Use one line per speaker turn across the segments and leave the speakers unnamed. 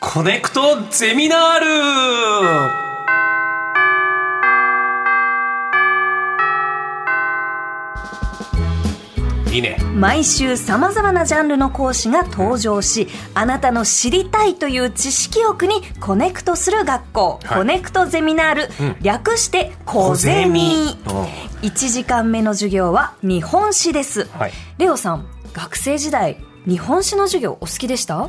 コネクトゼミナールいいね
毎週さまざまなジャンルの講師が登場しあなたの知りたいという知識欲にコネクトする学校、
はい
コネクトゼミナール、
うん
略してコゼミ1時間目の授業は日本史です、
はい
レオさん学生時代日本史の授業お好きでした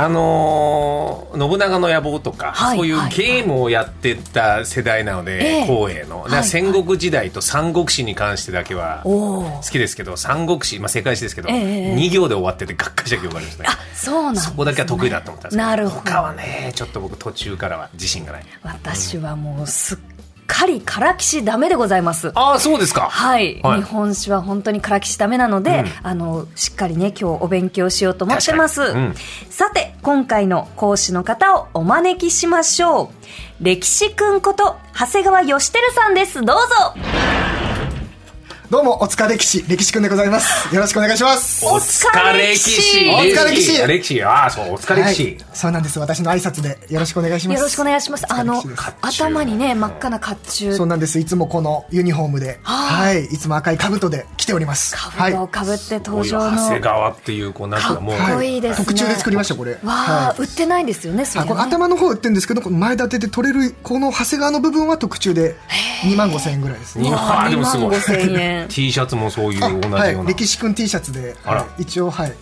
あのー信長の野望とか、
はい
そういう
はい
ゲームをやってた世代なの
え
で、
え
光栄の。だから
はい
戦国時代と三国志に関してだけは好
おお
きですけど、三国志、まあ、世界史ですけど、
え
二
えええ
2行で終わってて学会者業がありましたね。
あそうなんです、ね、
そこだけは得意だと思ったんですけど、
なるほど
他はね、ちょっと僕途中からは自信がない。
私はもうすっかりからきしダメでございます
ああ、そうですか。
はい、
はい
日本史は本当にからきしダメなので、
う
あのしっかりね今日お勉強しようと思ってます、
確かにうん
さて今回の講師の方をお招きしましょう歴史くんこと長谷川義輝さんですどうぞ
どうも、おつか歴史、歴史くんでございます。よろしくお願いします。
お疲れ歴史
お
疲れ
歴
歴
史
史
歴史ああ、そう、お疲れ歴史、
はいそうなんです。私の挨拶でよろしくお願いします。
よろしくお願いしますあの
お疲れ様です
頭にね真っ赤な甲
そう
冑
なんです。いつもこのユニフォームで、
はあ
はい、いつも赤い兜で来ております。はい。
兜をかぶって登場
長
の
谷川っていう、こう、なんかもう、
かっこいいですね
特注で作りました、これ。
わあ、
はい
売ってないですよねそれ
あ
ね
この頭の方売ってるんですけど、この前立てで取れる、この長谷川の部分は特注で2万5千円ぐらいですね。
にあーでもすごい
2万5000円
T シャツもそういう
あ
同じような、
は
や
い、歴史くん T シャツで、
あら
はい一応、はい、
っ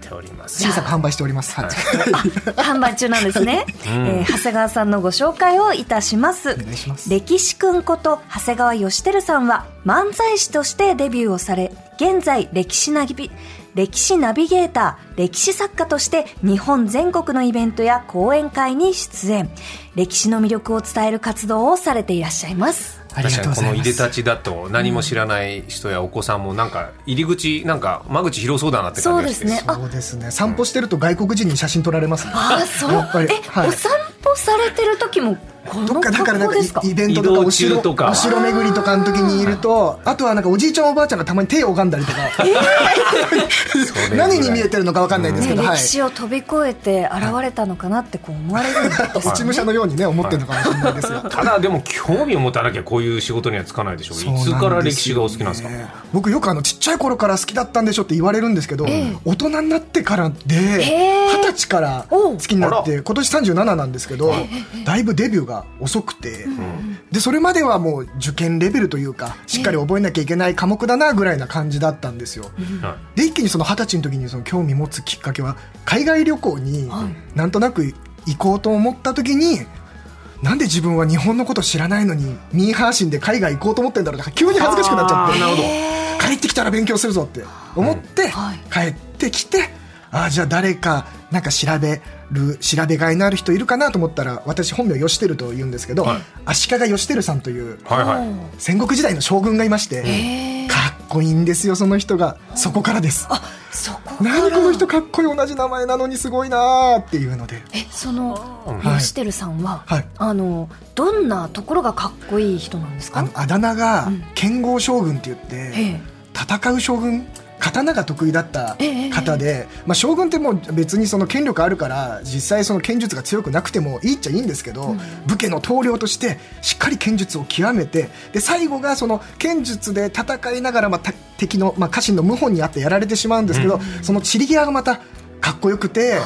ております
小さく販売しております。はい。
販売中なんですね、えー長谷川さんのご紹介をいたします
願いします
歴史くんこと長谷川義輝さんは漫才師としてデビューをされ現在歴史ナビ歴史ナビゲーター、歴史作家として日本全国のイベントや講演会に出演、歴史の魅力を伝える活動をされていらっしゃいます。
ありが
確
と
か
うご
にこの
ざいます
いでたちだと何も知らない人やお子さんもなんか入り口なんか間口広そうだなって
そ
感
う
じ
で
がし
す
て
ね。あ、
そうですね。散歩してると外国人に写真撮られますね。
あ、そう。
やっぱり
え、
はい
お散歩さねてる時もこ
ど
の
っかだか
格
らなん
好
か
ですか
イイベントとかお
移動
城
中とか
お城巡りとかの時にいるとあとはなんかおじいちゃんおばあちゃんがたまに手を拝んだりとか、
れぐらい
何に見えてるのかわかんないですけ
ね、
ど、は
歴
い
史を飛び越えて現れたのかなってこう思われるんです
落ち武者のようにね思ってるのかもしれないですが。
ただでも興味を持たなきゃこういう仕事にはつかないでしょういつから歴史がお好きなんですか
そうよね僕よくあのちっちゃい頃から好きだったんでしょって言われるんですけど、大人になってからで
へー
二十歳から
おう
好きになっ
あ
て今年37なんですけどだいぶデビューが遅くて、でそれまではもう受験レベルというかしっかり覚えなきゃいけない科目だなぐらいな感じだったんですよ。
は
で一気にその二十歳の時にその興味持つきっかけは海外旅行になんとなく行こうと思った時に、なんで自分は日本のこと知らないのにミーハー心で海外行こうと思ってんだろうとか急に恥ずかしくなっちゃって
あーなるほど
帰ってきたら勉強するぞって思って、
はい
帰ってきてああじゃあ誰かなんか調べる調べがいのある人いるかなと思ったら私本名義輝と言うんですけど、
はい
足利義輝さんという
いはいはい
戦国時代の将軍がいまして、
へー
かっこいいんですよその人がそこからです
あそこから
何この人かっこいい同じ名前なのにすごいなーっていうので
えその
はい
吉輝さんは、
はい
あのどんなところがかっこいい人なんです
あ
か
のあだ名が
うん
剣豪将軍って言っ
え
て戦う将軍刀が得意だった
ええ
方で、まあ、将軍ってもう別にその権力あるから実際その剣術が強くなくてもいいっちゃいいんですけど、武家の棟梁としてしっかり剣術を極めてで最後がその剣術で戦いながらまあた敵の、まあ、家臣の謀反にあってやられてしまうんですけど、その散り際がまたかっこよくて。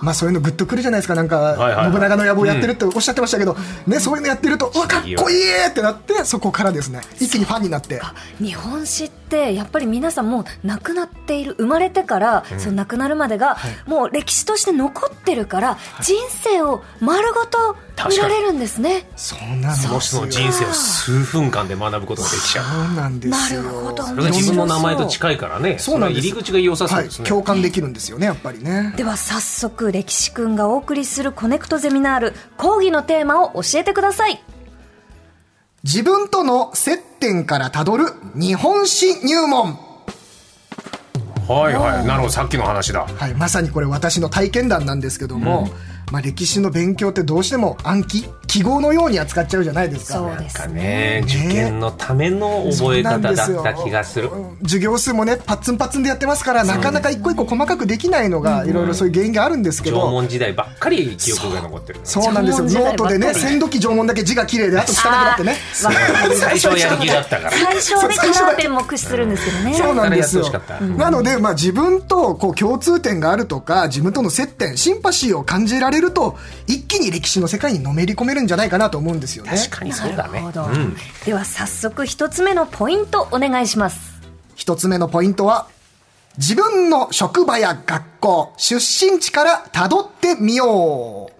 まあそういうのグッとくるじゃないですかなんか
いはいはい
信長の野望やってるっておっしゃってましたけど、ねそういうのやってるとうわかっこいいってなってそこからですね一気にファンになって
あ日本史ってやっぱり皆さんもう亡くなっている生まれてから、その亡くなるまでが、もう歴史として残ってるから、人生を丸ごと見られるんですね
そうなんです
も
よ
しその人生を数分間で学ぶことができちゃう
そうなんですよ
なるほど
そ
そ
れ
れが
が
自
自
分
分
の名前と近いからね
そうなんです
れ入り口が良さそう
は
で
い
すね、
共感できるんですよねやっぱりね
では早速歴史くんがお送りするコネクトゼミナール講義のテーマを教えてください
自分との接点からたどる日本史入門
はいはいなるほどさっきの話だ
はい、まさにこれ私の体験談なんですけども、まあ、歴史の勉強ってどうしても暗記記号のように扱っちゃうじゃないですか。
そうで
なんか
す
ね受験のための覚
そう
え
なん
方
です
だ
よ
った気がする
うん授業数もねパッツンパッツンでやってますからなかなか一個一個細かくできないのがいろいろそういう原因があるんですけ
縄
ど、
文時代ばっかり記憶が残ってる
そうなんです
縄文
よ
時代
ノート
ば
でね
っかり
鮮度記縄文だけ字が綺麗であと汚くなってね
わかる
最初はやる気だったから
最初はね
そう最初
カ
だ
ラーペンも駆使するんですけどね
そうなんですよ
あれやってほしかったうん
なので、まあ、自分とこう共通点があるとか自分との接点シンパシーを感じられると一気に歴史の世界にのめり込めるんじゃないかなと思うんですよね。
確かにそうだ
な
ね
るほど、
うん
では早速一つ目のポイントお願いします
一つ目のポイントは自分の職場や学校出身地からたどってみよう。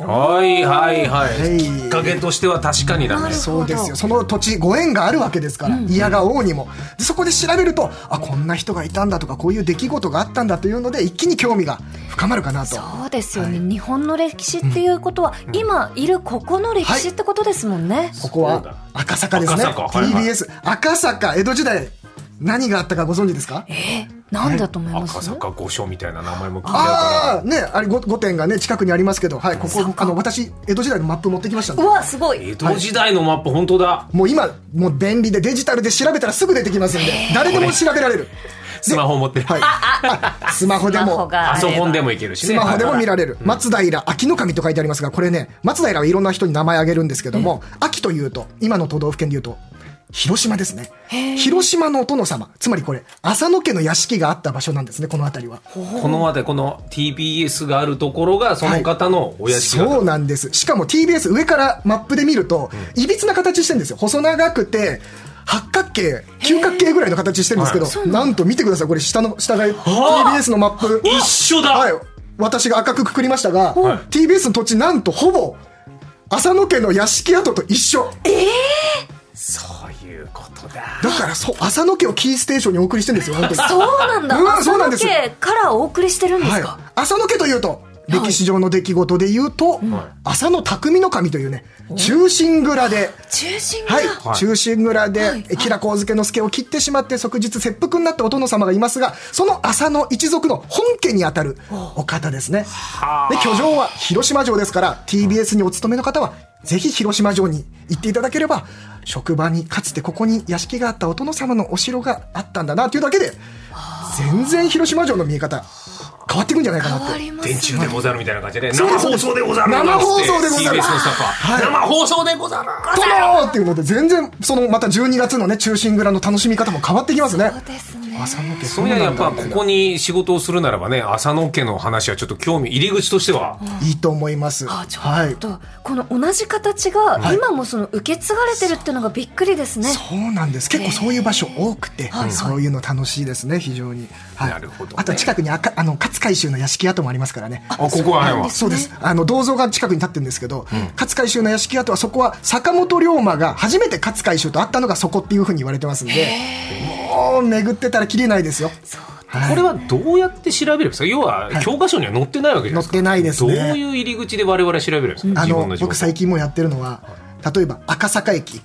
はいはいは
はい
いきっかけとしては確かにだね
そうですよその土地ご縁があるわけですから、嫌が王にもでそこで調べるとあこんな人がいたんだとかこういう出来事があったんだというので一気に興味が深まるかなと
そうですよね、日本の歴史っていうことは、今いるここの歴史ってことですもんね、
ここ
そうだ
は赤坂ですね
赤坂はいはい
TBS 赤坂江戸時代何があったかご存知ですか
えなんだと思います、
赤坂五所みたいな名前も聞いた
あ
か
あねあれ 5, 点がね近くにありますけどはいここあの私江戸時代のマップ持ってきましたんで
うわすご
ら
い
江戸時代のマップ本当だ
もう今もう便利でデジタルで調べたらすぐ出てきますんで誰でも調べられる
スマホ持ってる
はいあスマホで
スマ
も
ホがあ
パ
れば
ソコンでもいけるし
ス
ね
マホでも見られる、松平秋の神と書いてありますが、これね、松平はいろんな人に名前あげるんですけども、秋というと、今の都道府県でいうと、広島ですね。広島のお殿様、つまりこれ、浅野家の屋敷があった場所なんですね、この辺りは。
この辺りこの TBS があるところがその方のお屋敷だった
そうなんです。しかも TBS 上からマップで見ると、いびつな形してるんですよ。細長くて、八角形、九角形ぐらいの形してるんですけど、なんと見てください、これ下の、下が TBS のマップ。
一緒だ
はい、私が赤くくくりましたが、
はい
TBS の土地なんとほぼ浅野家の屋敷跡と一緒
そういうことだ
だからそう浅野家をキーステーションにお送りしてるんですよ本当に
そうなんだ
うわそうなんです
朝の家からお送りしてるんですか、
はい、浅野家というと歴史上の出来事でいうと、浅野匠の神というね忠臣蔵で、
中心が、
はい
い
忠臣蔵で、
はい
え吉良上野介を切ってしまって即日切腹になったお殿様がいますがその浅野一族の本家にあたるお方ですねで居城は広島城ですから TBS にお勤めの方はぜひ広島城に行っていただければ職場にかつてここに屋敷があったお殿様のお城があったんだなというだけで全然広島城の見え方変わっていくんじゃないかな
変わ
と
ります
電柱でござるみたいな感じでね
そうで
生放
すそうです
送でござる
生放送でござ
TBS
る
のスタッフは生放送でござる
殿っていうので全然そのまた12月のね忠臣蔵の楽しみ方も変わってきますね
そうですね
浅野家
そういややっぱここに仕事をするならばね浅野家の話はちょっと興味入り口としてはい
いと思います。
あちょ
はい
っ。と、この同じ形が今もその受け継がれてるっていうのがびっくりですね、
そうなんです。結構そういう場所多くて、そういうの楽しいですね、非常に。はい。
なるほどね
あと近くに赤あの勝海舟の屋敷跡もありますからね。
あここは辺は
そうです。あの銅像が近くに立ってるんですけど、勝海舟の屋敷跡はそこは坂本龍馬が初めて勝海舟と会ったのがそこっていうふうに言われてますんで、もう巡ってたらきりないですよ。はい
これはどうやって調べるんですか要は教科書には載ってないわけじゃないですか
載ってないですね
どういう入り口で我々調べるんですか
あ
自分
の
の地
僕
元
最近もうやってるのは例えば赤坂駅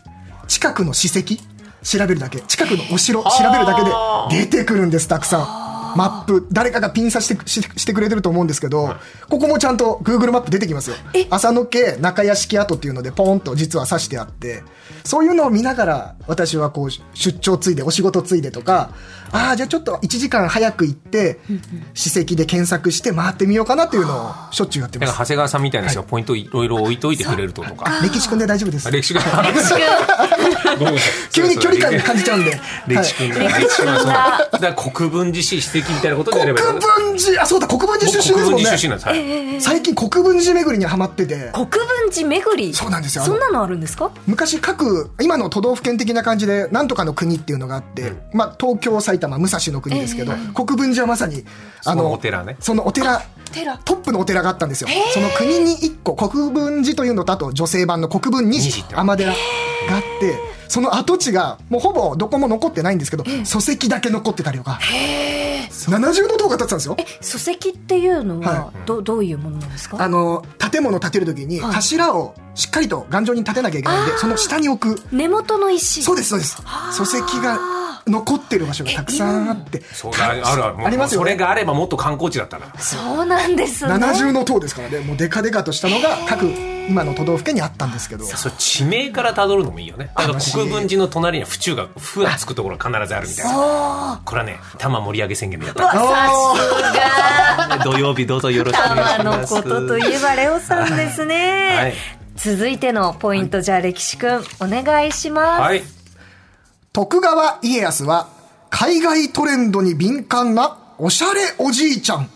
近くの史跡調べるだけ近くのお城調べるだ
あ
けで出てくるんですたくさんマップ誰かがピン刺してししてくれてると思うんですけど、ここもちゃんと Google マップ出てきますよ浅野家中屋敷跡っていうのでポーンと実は刺してあってそういうのを見ながら私はこう出張ついでお仕事ついでとかああじゃあちょっと1時間早く行って史跡で検索して回ってみようかなっていうのをしょっちゅうやってま
だから長
す
谷川さんみたいな人がポイントいろいろ置いといてくれるととか
歴史君で大丈夫です
あ歴史がごめんなさい
急に距離感
そうそう
感じちゃうんで。
歴史君が歴史君がそうだから国分寺市史跡みたいなことでやればいい
国分寺、あ、そうだ、国分寺
僕
出身
国分寺
で
出
す
身なんで
もん
す、はい
ね。最近国分寺巡りにはまってて、
国分寺巡り
そうなんですよ
そんなのあるんですか
昔各、今の都道府県的な感じで、なんとかの国っていうのがあって、まあ、東京、埼玉、武蔵の国ですけど、国分寺はまさに、あ
そのお寺ね
そのお寺。
寺
トップのお寺があったんですよ。その国に1個、国分寺というのと、あと女性版の国分
二
西
寺って
天寺があって、その跡地が、もうほぼどこも残ってないんですけど、礎石だけ残ってたりとか、70度塔が建ってたんですよ。
礎石っていうのは
は
ど,、どういうものなんです
あ
か
の建物を建てるときに
い
柱をしっかりと頑丈に建てなきゃいけないんで、その下に置く
根元の石
そうですそうです礎石が残ってる場所がたくさんあって
そうだあるあるもう
ありますよ
そ
ね
れがあればもっと観光地だったな
そうなんですね
70の塔ですからねもうデカデカとしたのが各今の都道府県にあったんですけど
それ地名からたどるのもいいよねだから国分寺の隣には府中が「府」がつくところが必ずあるみたいな
おー
これはね多摩盛り上げ宣言でやっ
うわ
た
さすが
土曜日どうぞよろしくお願いし
玉
ま
の
す
ことといえばレオさんですね、
はい
続いてのポイント、じゃあ歴史くんお願いします、
はい
徳川家康は海外トレンドに敏感なおしゃれおじいちゃん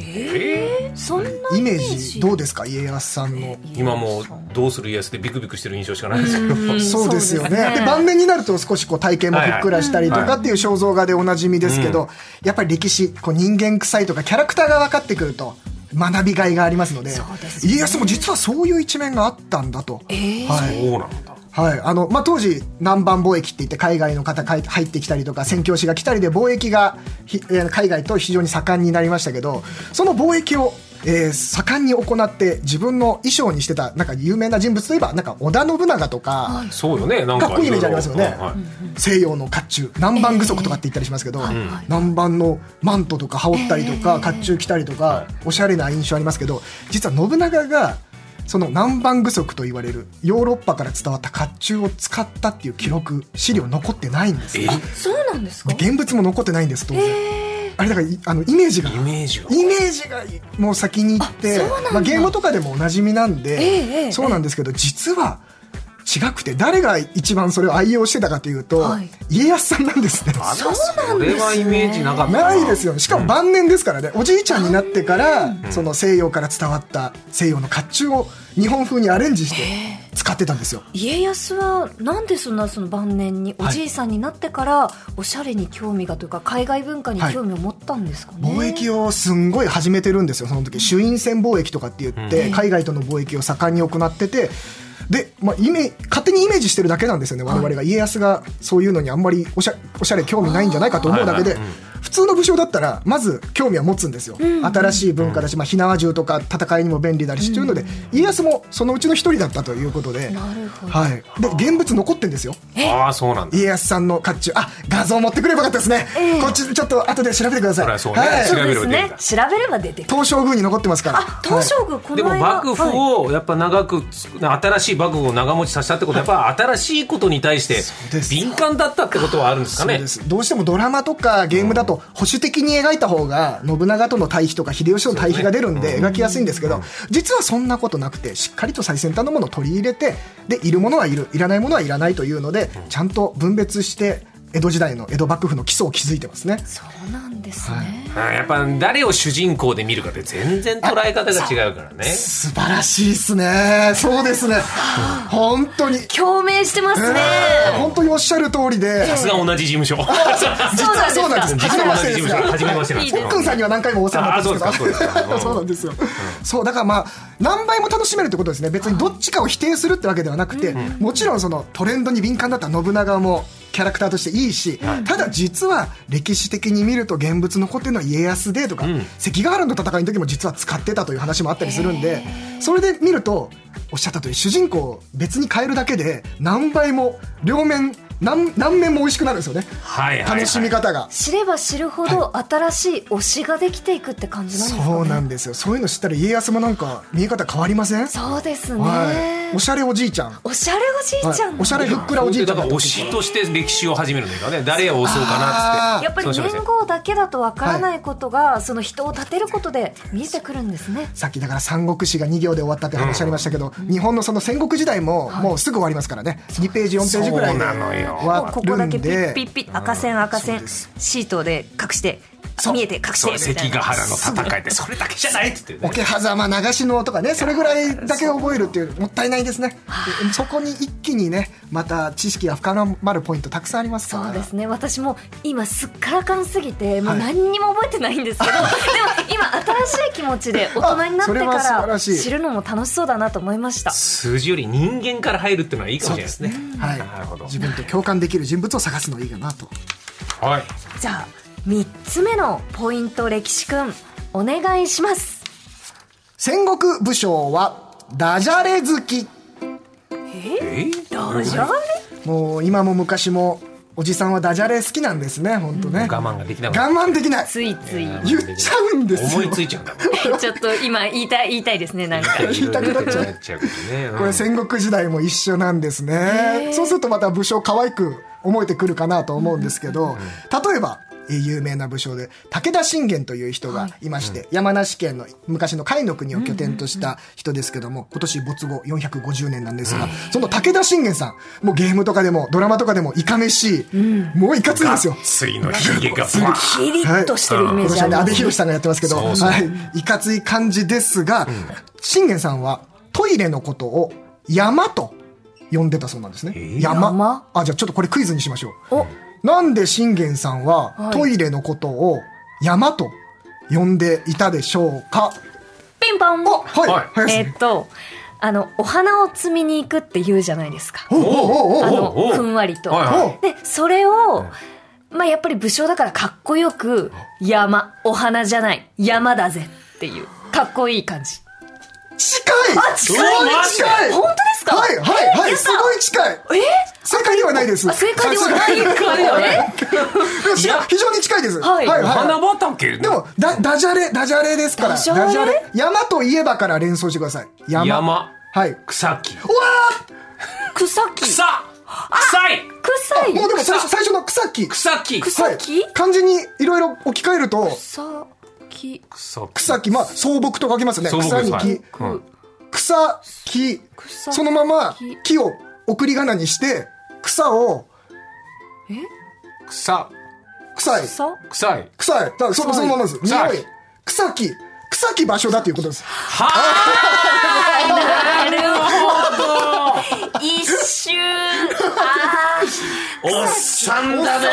え
そんな
イメージどうですか家康さんの
ー今もう「どうする家康」でビクビクしてる印象しかないですけど
そうですよね。
そうですね
で晩年になると少しこう体型もふっくらしたりと
はいは
か
い
っていう肖像画でおなじみですけど、やっぱり歴史こう人間臭いとかキャラクターが分かってくると学びがいがありますので
そうですね
家康も実はそういう一面があったんだと。はい
そうなんだ
はいあのまあ、当時南蛮貿易って言って海外の方かい入ってきたりとか宣教師が来たりで貿易がひえー海外と非常に盛んになりましたけどその貿易を、えー盛んに行って自分の衣装にしてたなんか有名な人物といえばなんか織田信長とか、
そうよねなんか
かっこいいイメージありますよね
いろいろはい
西洋の甲冑南蛮具足とかって言ったりしますけど、南蛮のマントとか羽織ったりとか、甲冑着たりとか、おしゃれな印象ありますけど実は信長がその南蛮具足と言われるヨーロッパから伝わった甲冑を使ったっていう記録資料残ってないんです
え
よ
そうなんですか
で現物も残ってないんです当然、あれだからいあのイメージが
イメージが
イメージがもう先に行って
あそうなんだ
まあ、ゲームとかでもおなじみなんで、
ええええ
そうなんですけど実は違くて誰が一番それを愛用してたかというと、
はい
家康さんなんですね。
あら
そうなんです
それ
ね
はイメージなかった
ないですよねしかも晩年ですからね、おじいちゃんになってから、その西洋から伝わった西洋の甲冑を日本風にアレンジして使ってたんですよ。
家康はなんでそんなその晩年におじいさんになってからおしゃれに興味がというか海外文化に興味を持ったんですかね、
貿易をすんごい始めてるんですよその時朱印船貿易とかって言って、
うん
海外との貿易を盛んに行っててで、まあ、イメ勝手にイメージしてるだけなんですよね我々が家康がそういうのにあんまりおしゃおしゃれ興味ないんじゃないかと思うだけで
はいはいうん
普通の武将だったらまず興味は持つんですよ、新しい文化だし、まあ、火縄銃とか戦いにも便利だしというので、家康もそのうちの一人だったということで。
なるほど、
はい、で現物残ってんですよ
ああそうなんだ
家康さんの甲冑あ画像持ってくればよかったですね、
ええ
こっちちょっと後で調べてくださ
そり
い
ゃそうね
はい
調
そう
べ
で
ろ
すね調べれば出てくる
東照宮に残ってますから。
あ東
はい
照宮こ
で
の
も
間
幕府
はい
をやっぱ長くつく新しい幕府を長持ちさせたってことはやっぱ新しいことに対して
うです
敏感だったってことはあるんですか
そう
ね
ですどうしてもドラマとかゲームだと保守的に描いた方が信長との対比とか秀吉との対比が出るんで描きやすいんですけど実はそんなことなくてしっかりと最先端のものを取り入れてでいるものはいるいらないものはいらないというのでちゃんと分別して江戸時代の江戸幕府の基礎を築いてますね。
そうなんですね、
うんやっぱ誰を主人公で見るかって全然捉え方が違うからね
素晴らしいですね。そうですね。本当に。
共鳴してますね、
本当におっしゃる通りで。
さすが同じ事務所
そうなんですか
そうなんで
実
す。初め
は
ま
同
して
じ事務所
ですから。
初めましてなんですけ
いい
ど
で
くんさんには何回もお世話になってます
あそうですかそうですか
そうなんですよ、そうだからまあ何倍も楽しめるってことですね別にどっちかを否定するってわけではなくて、もちろんそのトレンドに敏感だった信長もキャラクターとしていいし、ただ実は歴史的に見ると現物残ってるのは家康でとか、関ヶ原の戦いの時も実は使ってたという話もあったりするんでそれで見るとおっしゃった通り主人公を別に変えるだけで何倍も両面何何面も美味しくなるんですよね、
はいはいはい
楽しみ方が
知れば知るほど新しい推しができていくって感じなんですかね
そうなんですよそういうの知ったら家康もなんか見え方変わりません
そうですね、
はい、おしゃれおじいちゃん、
おしゃれおじいちゃん、
はいおしゃれふっくらおじいちゃん
だから推しとして歴史を始めるんだよね誰を推そうかなっつって
やっぱり
そうしました
年
よ
号だけだとわからないことが、その人を立てることで見えてくるんですね。
さっきだから三国志が2行で終わったって話ありましたけど、日本のその戦国時代ももうすぐ終わりますからね、2ページ4ページぐらいで
そうなのよ
終
もう
わ
ここ
る
だ
ん
けピッ
で
ピッピッ赤線赤
そう
線
です
シートで隠して
そう
見えて隠して
そう
みたい
関
な
ヶ原の戦いってそれだけじゃないって言ってね
桶狭間流しのとかねそれぐらいだけ覚えるっていうもったいないですねでそこに一気にねまた知識が深まるポイントたくさんありますから
そうですね私も今すっからかんすぎてもう
はい
何にも覚えてないん ですけど、でも今新しい気持ちで大人になって
あそれは素
か
晴
ら
らしい
知るのも楽しそうだなと思いました
数字より人間から入るっていうのはいいかもしれないですね
はい
なるほど
自分と共感できる人物を探すのいいかなと
はい
じゃあ3つ目のポイント歴史くんお願いします
戦国武将はダジャレ好き
えー
ダジャレ
もう今も昔もおじさんはダジャレ好きなんですね本当ね、
我慢ができなかった
我慢できない
ついつい、
言っちゃうんですよ
思いついちゃうんだもん
ちょっと今言いたい言いたいですねなんか
言いたくなっちゃう
言いたくなっちゃうからね、うん
これ戦国時代も一緒なんですね。そうするとまた武将可愛く思えてくるかなと思うんですけど、例えば、えー有名な武将で武田信玄という人がいまして、山梨県の昔の甲斐の国を拠点とした人ですけども、今年没後450年なんですが、その武田信玄さんもうゲームとかでもドラマとかでもいかめしい、もういかついですよ
がっつりのヒゲがバーン
キリッとしてるイメー
今
ジ
年
ありま
はね阿部
す、ね
寛さんがやってますけど、
そうそう
はい、いかつい感じですが、信玄さんはトイレのことを山と呼んでたそうなんですね。
ー
山
山
あ、じゃあちょっとこれクイズにしましょ
お
う。なんで信玄さんは
はい
トイレのことを山と呼んでいたでしょうか、
ピンポン
あ、はい、
はい
早い
えー
です
っ
ね。
とあのお花を摘みに行くって言うじゃないですか
おうおうおう
あ
おう
の
おう
ふんわりと、
はいはい
おう
でそれを、まあ、やっぱり武将だからかっこよく「山お花じゃない山だぜ」っていうかっこいい感じ
近い
あ近い
すごい近い
本当ですか
はい、はい、はい、すごい近い
え
正解ではないです。
あ正解ではない
正解ではない
え
いや非常に近いです。
はい
お花畑
でもダダジャレダジャレですから
ダジャレ
山といえばから連想してください山
山
はいく
草木
うわ
草木
草臭い
臭
ーもう
い
でも最初最初の草木
草木
草木
はい、漢字にいろいろ置き換えると
草木
草
草木まあ草木と書きますね
草木
草に
はい
木
うん
草木
草
そのまま
木
木を送り仮名にして草を
草
臭い
草
臭い
臭いだからそそのままです
臭い
匂い草木草木場所だということです
なるほど一瞬あ
おっさんだね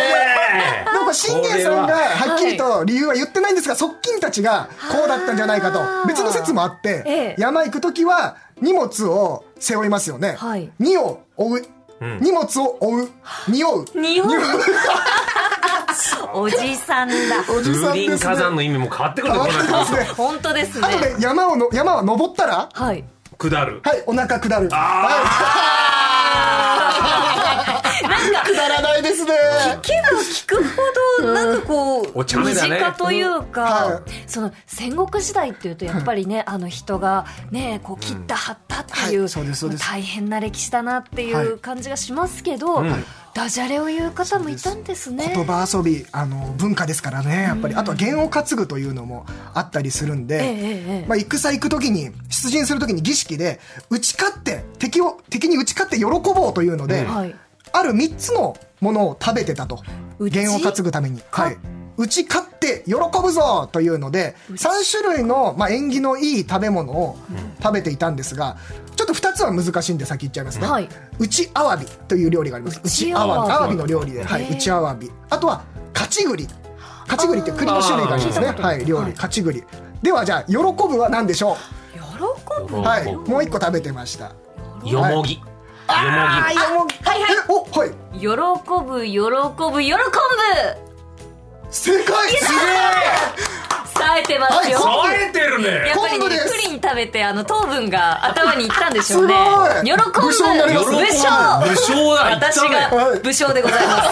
なんか信玄さんが
こ
はっきりと理由は言ってないんですが側近たちがこうだったんじゃないか
あー
と別の説もあっ
え
て
え
山行く時は荷物を背負いますよね
はい
「荷を追う」
ん
荷物を追う」「匂う」
ー日 本おじさんだ
おじ
風
さん
林
です
火
ね
山の意味も変わってくるね
変
こう
わ
な
って
ってく
き
る
ますね
本当です
あと
ね
ね山をの山は登ったら
はい
と下る
はいお腹下るはいくだらないですね
けど聞くほどなんかこう
お茶目
身
だね
近という
は
か、その戦国時代っていうとやっぱりね、あの人がねこう切った張ったっていう,、
はいそうですそうです
大変な歴史だなってい
は
う
い
感じがしますけど、
ん
ダジャレを言う方もいたんですね。
言葉遊びあの文化ですからねやっぱりあとは弦を担ぐというのもあったりするんで、
ええええ
まあ、戦行く時に出陣する時に儀式で打ち勝って敵を敵に打ち勝って喜ぼうというので、
うん
はい
ある3つのものを食べてたと
打ち
弦を担ぐために、はい、打ち勝って喜ぶぞというので3種類の、まあ、縁起のいい食べ物を食べていたんですが、ちょっと2つは難しいんで先言っちゃいますね、
はい
打ちあわびという料理があります
打
打
ち
ち
あ
あ
わび
わびあわびの料理で、は
へ
い、
ー
打ちあわびあとは勝ち栗勝ち栗って栗の種類がありますね
あー
はい料理勝ち栗ではじゃあ喜ぶは何でしょ
喜ぶ
う
お
はい
お
もう一個食べてました
よもぎよもぎ
いやもう
はいはい
えおはい
喜ぶ喜ぶ喜ぶ
正解す
冴えてますよ、
は
冴えてる
や
ね
っぱり
今度
ね
です
プリン食べてあの糖分が頭にいったんでしょうね
すごい
喜ぶ
武将になり
喜
ま
ぶ
す
武将
武将だ
私
行っ
が武将でござい ま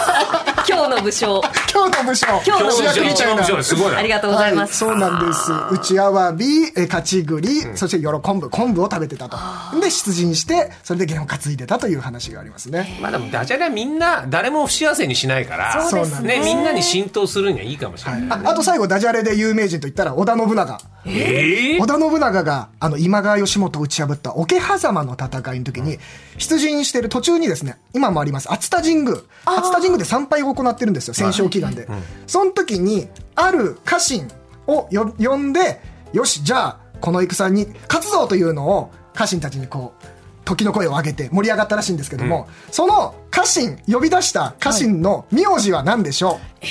す今日の武将
今日の武将
今日の
たね
武将
主役みた
今
い
日の武
な
将すごいな
ありがとうございます、
はい、そうなんです打ちあわびえ勝ち栗、そして喜ぶ昆布を食べてたとで出陣してそれで弦を担いでたという話がありますね
まあでもダジャレはみんな誰も不幸せにしないから
そうですね
ねみんなに浸透するにはいいかもしれない
ああと最後ダジャレで有名人といったら織田信長
ええ
織田信長があの今川義元を打ち破った桶狭間の戦いの時に出陣している途中にですね今もあります熱田神宮熱田神宮で参拝を行ってるんですよ戦勝祈願で、その時にある家臣をよ呼んでよしじゃあこの戦に勝つぞというのを家臣たちにこう時の声を上げて盛り上がったらしいんですけども、その家臣呼び出した家臣の名字は何でしょう、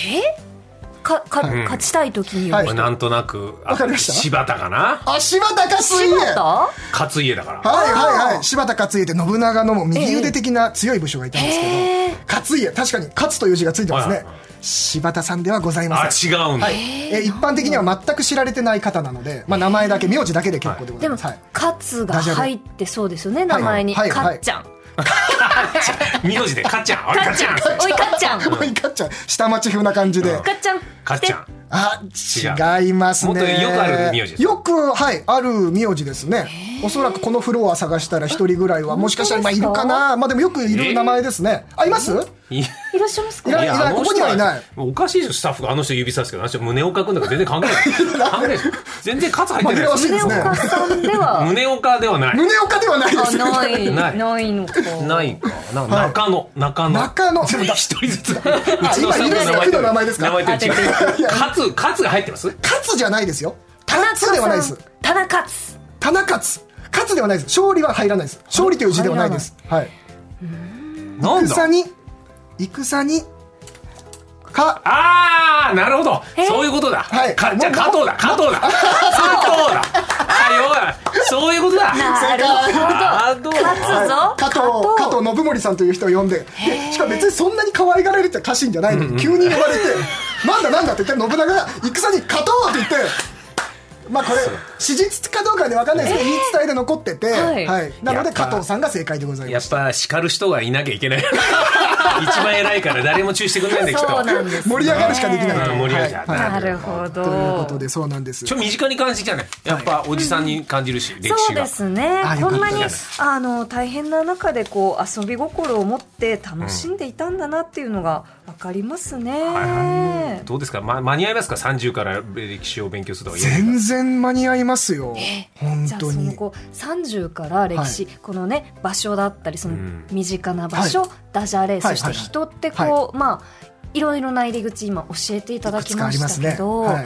かか
ん
勝ちたい時に、
はい
俺なんとなくあ
わかりました
柴田かな
あ柴田勝家
柴田
勝家だから
はいはいはい柴田勝家って信長のもう右腕的な強い武将がいたんですけど、
ええ
勝家確かに勝つという字がついてますね、
はいはい
柴田さんではございま
あ
せん
違うんだ
はい、え一般的には全く知られてない方なので、まあ、名前だけ名字だけで結構でござ
で
い
も
ます、は
勝
い
が入ってそうですよね名前に
はい
勝っちゃん
名字でかっちゃんあれかっちゃん
おいかっちゃんか
追い かっちゃう下町風な感じで。
っちゃん
かっちゃん
あ、違いますね。
もっとよくある名字ですか
よく、はい、ある名字ですね。おそらくこのフロア探したら一人ぐらいは、もしかしたら今いるかな。まあでもよくいる名前ですね。あ、います
い
いらっしゃいますか
いやいない
あの人
ここにはいない
もうおかしいでしょスタッフがあの人指さすけどあの人胸岡君だから 全然関係ない関係ない全然カツ入ってない
紛らわしいで
宗
すね
岡さんでは
胸岡ではない
胸岡ではないで
あ
すね。
ない
ない
ないのか
ないかな中野中野
中野。でもだ
一人ず つ
今いる人の名前ですか
名前と違う
いや
カツカツが入ってます
勝つじゃないですよ。
田中
勝
さん
つではないです。
田中勝
田中勝つではないです。勝利は入らないです。勝利という字ではないです。はい。
なんだ
戦に、戦に、か、
あーなるほどそういうことだ、
はい
かじゃあ加藤だ加藤だ 加藤だあ要はそういうことだ
な
ほ
る
ど
つぞ
加藤加藤信盛さんという人を呼んででしかも別にそんなに可愛がられてた家臣じゃないのに急に呼ばれて「なんだなんだ」って言って信長が戦に「勝とう」って言って。まあこれ史実かどうかで分かんないですけど、言い伝えで残ってて、
はい
はい、なの
や
で
っぱ
加藤さんが正解でござい
や
ま
っ
す
ぱ叱る人がいなきゃいけない 一番偉いから誰も注意してくれないんだきっと
そうなんですね
盛り上がるしかできないと
うん盛り上がるしか
はい
なるほど
ということでそうなんです
ちょ身近に感じちゃうねやっぱおじさんに感じるし、歴
そう
史
で
が
すね
あよ
こ
か
ん
った
なに
です
あの大変な中でこう遊び心を持って楽しんでいたんだなっていうのが分かりますね、
はどうですか、ま、間に合いますか30から歴史を勉強するとか言える
全然間に合いますよ本
じゃあ
当
その
に
こう30から歴史、このね場所だったりその
うん
身近な場所、ダジャレ、
い
そして
はいはい
人ってこう、まあいろいろな入り口今教えていただ
いく
き
つかあ
ま
り
し
ま
た
すね
けど、
はいう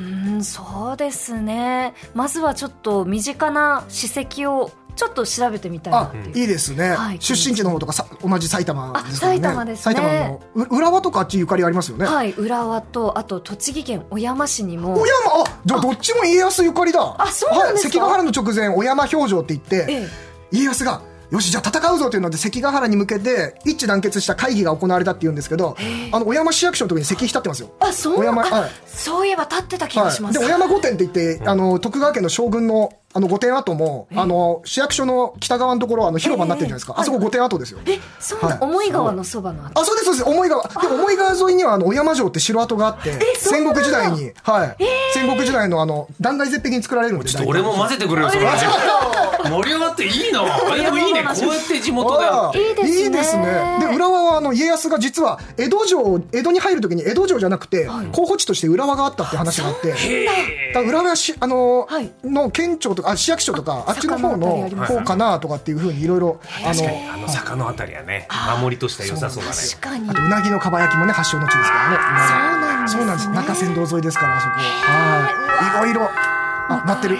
ーんそうですねまずはちょっと身近な史跡をちょっと調べてみたいな
あ
っていう、
いいですね、
はい
出身地の方とかさ同じ埼玉ですからね
あ埼玉ですね
埼玉のう浦和とかあっちゆかりありますよね、
はい浦和とあと栃木県小山市にも
小山あじゃあどっちも家康ゆかりだ
あそうなんですか
はい、関ヶ原の直前小山表情って言って、
ええ
家康がよしじゃあ戦うぞというので関ヶ原に向けて一致団結した会議が行われたっていうんですけどあの小山市役所のところに石碑立ってますよ
あそう
小
な
山
あ
はい
そういえば立ってた気がし
は
ま、
い、です小山御殿って言って、あの徳川家の将軍のあの御殿跡もあの市役所の北側のところあの広場になってるじゃないですか、
ええ
あそこ御殿跡ですよ、
えそうな、
はい
思い川のそばのあた
あ、そうです、そうです。思い川。でも、思い川沿いには、あの、小山城って城跡があって、
そう
戦
なんだ
国時代に、はい。戦国時代の、あの、断崖絶壁に作られるんで。
ちょっと俺も混ぜてくれよそれ盛り上がっていいなあでもいいねこうやって地元だよ
あ
っ
あ
て
いいですね
いいですね。で、浦和は、あの、家康が実は、江戸城、江戸に入るときに、江戸城じゃなくて、候補地として浦和があったって話があって。だから浦和市、あの
はい、
の県庁とか、あ市役所とか、あっちの方
坂のあたりあ
の
りま、すね
方かなとかっていうふうに、いろいろ、あ
確かに
の。
あの坂のあたりはね守りとしては良さそうだね
確かに
あとうなぎのかば焼きもね発祥の地ですからね。
そうなんですね
そうなんです。中山道沿いですからあそこ。はい。いろいろあなってる。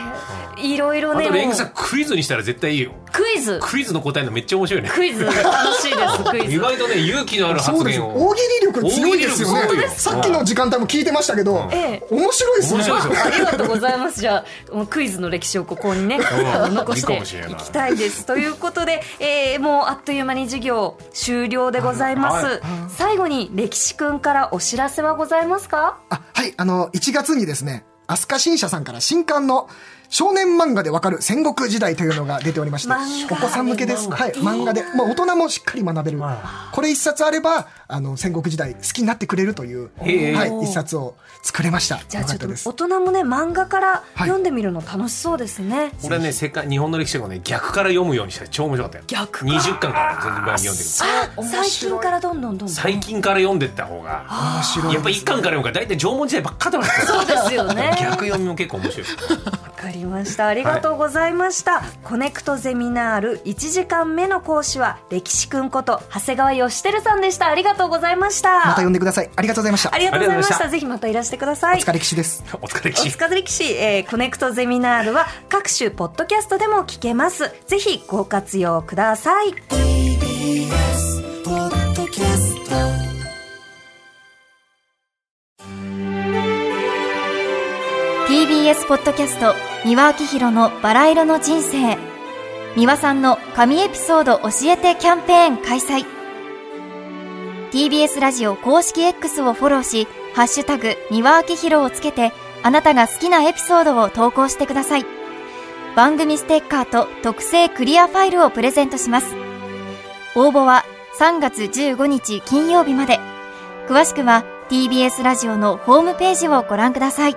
いろいろ
あ
ね
とレングさ
も
んクイズにしたら絶対いいよ
うクイズ
クイズの答えのめっちゃ面白いね
クイズ楽しいです クイ
意
ズ
外とね勇気のある
そう
発
です
言
よ。
を
大喜利力強いですよ
大喜利力強い
ね。
よ
さっきの時間帯も聞いてましたけど、
え
面白いですね
面。白いですよ
ありがとうございます。じゃあ、もうクイズの歴史をここにね、あの残
い
し
いかもしてれない
いきたいです。ということで、えーもうあっという間に授業終了でございます。
はい
最後に歴史くんからお知らせはございますか
あはいあの1月にですね。飛鳥新社さんから新刊の少年漫画でわかる戦国時代というのが出ておりまして
漫、
お
画
子さん向けです。
漫画
はい、漫画で、まあ大人もしっかり学べる。これ一冊あれば、あの戦国時代好きになってくれるという、
へえ
はい、一冊を作れました。
じゃあ
よか
ちょ
っ
ったと
で
大
す
人もね、漫画から
はい
読んでみるの楽しそうですね。
これね世界日本の歴史をね逆から読むようにしたら超面白かったよ
逆か
20巻から全然読んでる
あ、最近からどんどんどんどん。
最近から読んでった方が
面白い
やっぱ一巻から読むから大体縄文時代ばっかだもん
そうですよね。
逆読みも結構面白い
わかりました。ありがとうございました。コネクトゼミナール1時間目の講師は歴史くんこと長谷川義輝さんでした。ありがとうございました。
また呼んでくださいありがとうございました
ありがとうございまし。
ありがとうございましたた
ぜひまたいらしてくださ
お
い。
疲れ騎士です
お疲れ
おつかず歴史、えーコネクトゼミナールは各種ポッドキャストでも聞けます。ぜひご活用ください。
TBS ポッドキャスト三輪明宏のバラ色の人生三輪さんの神エピソード教えてキャンペーン開催 TBS ラジオ公式 X をフォローし「ハッシュタグ三輪明宏」をつけてあなたが好きなエピソードを投稿してください番組ステッカーと特製クリアファイルをプレゼントします応募は3月15日金曜日まで。詳しくは TBS ラジオのホームページをご覧ください。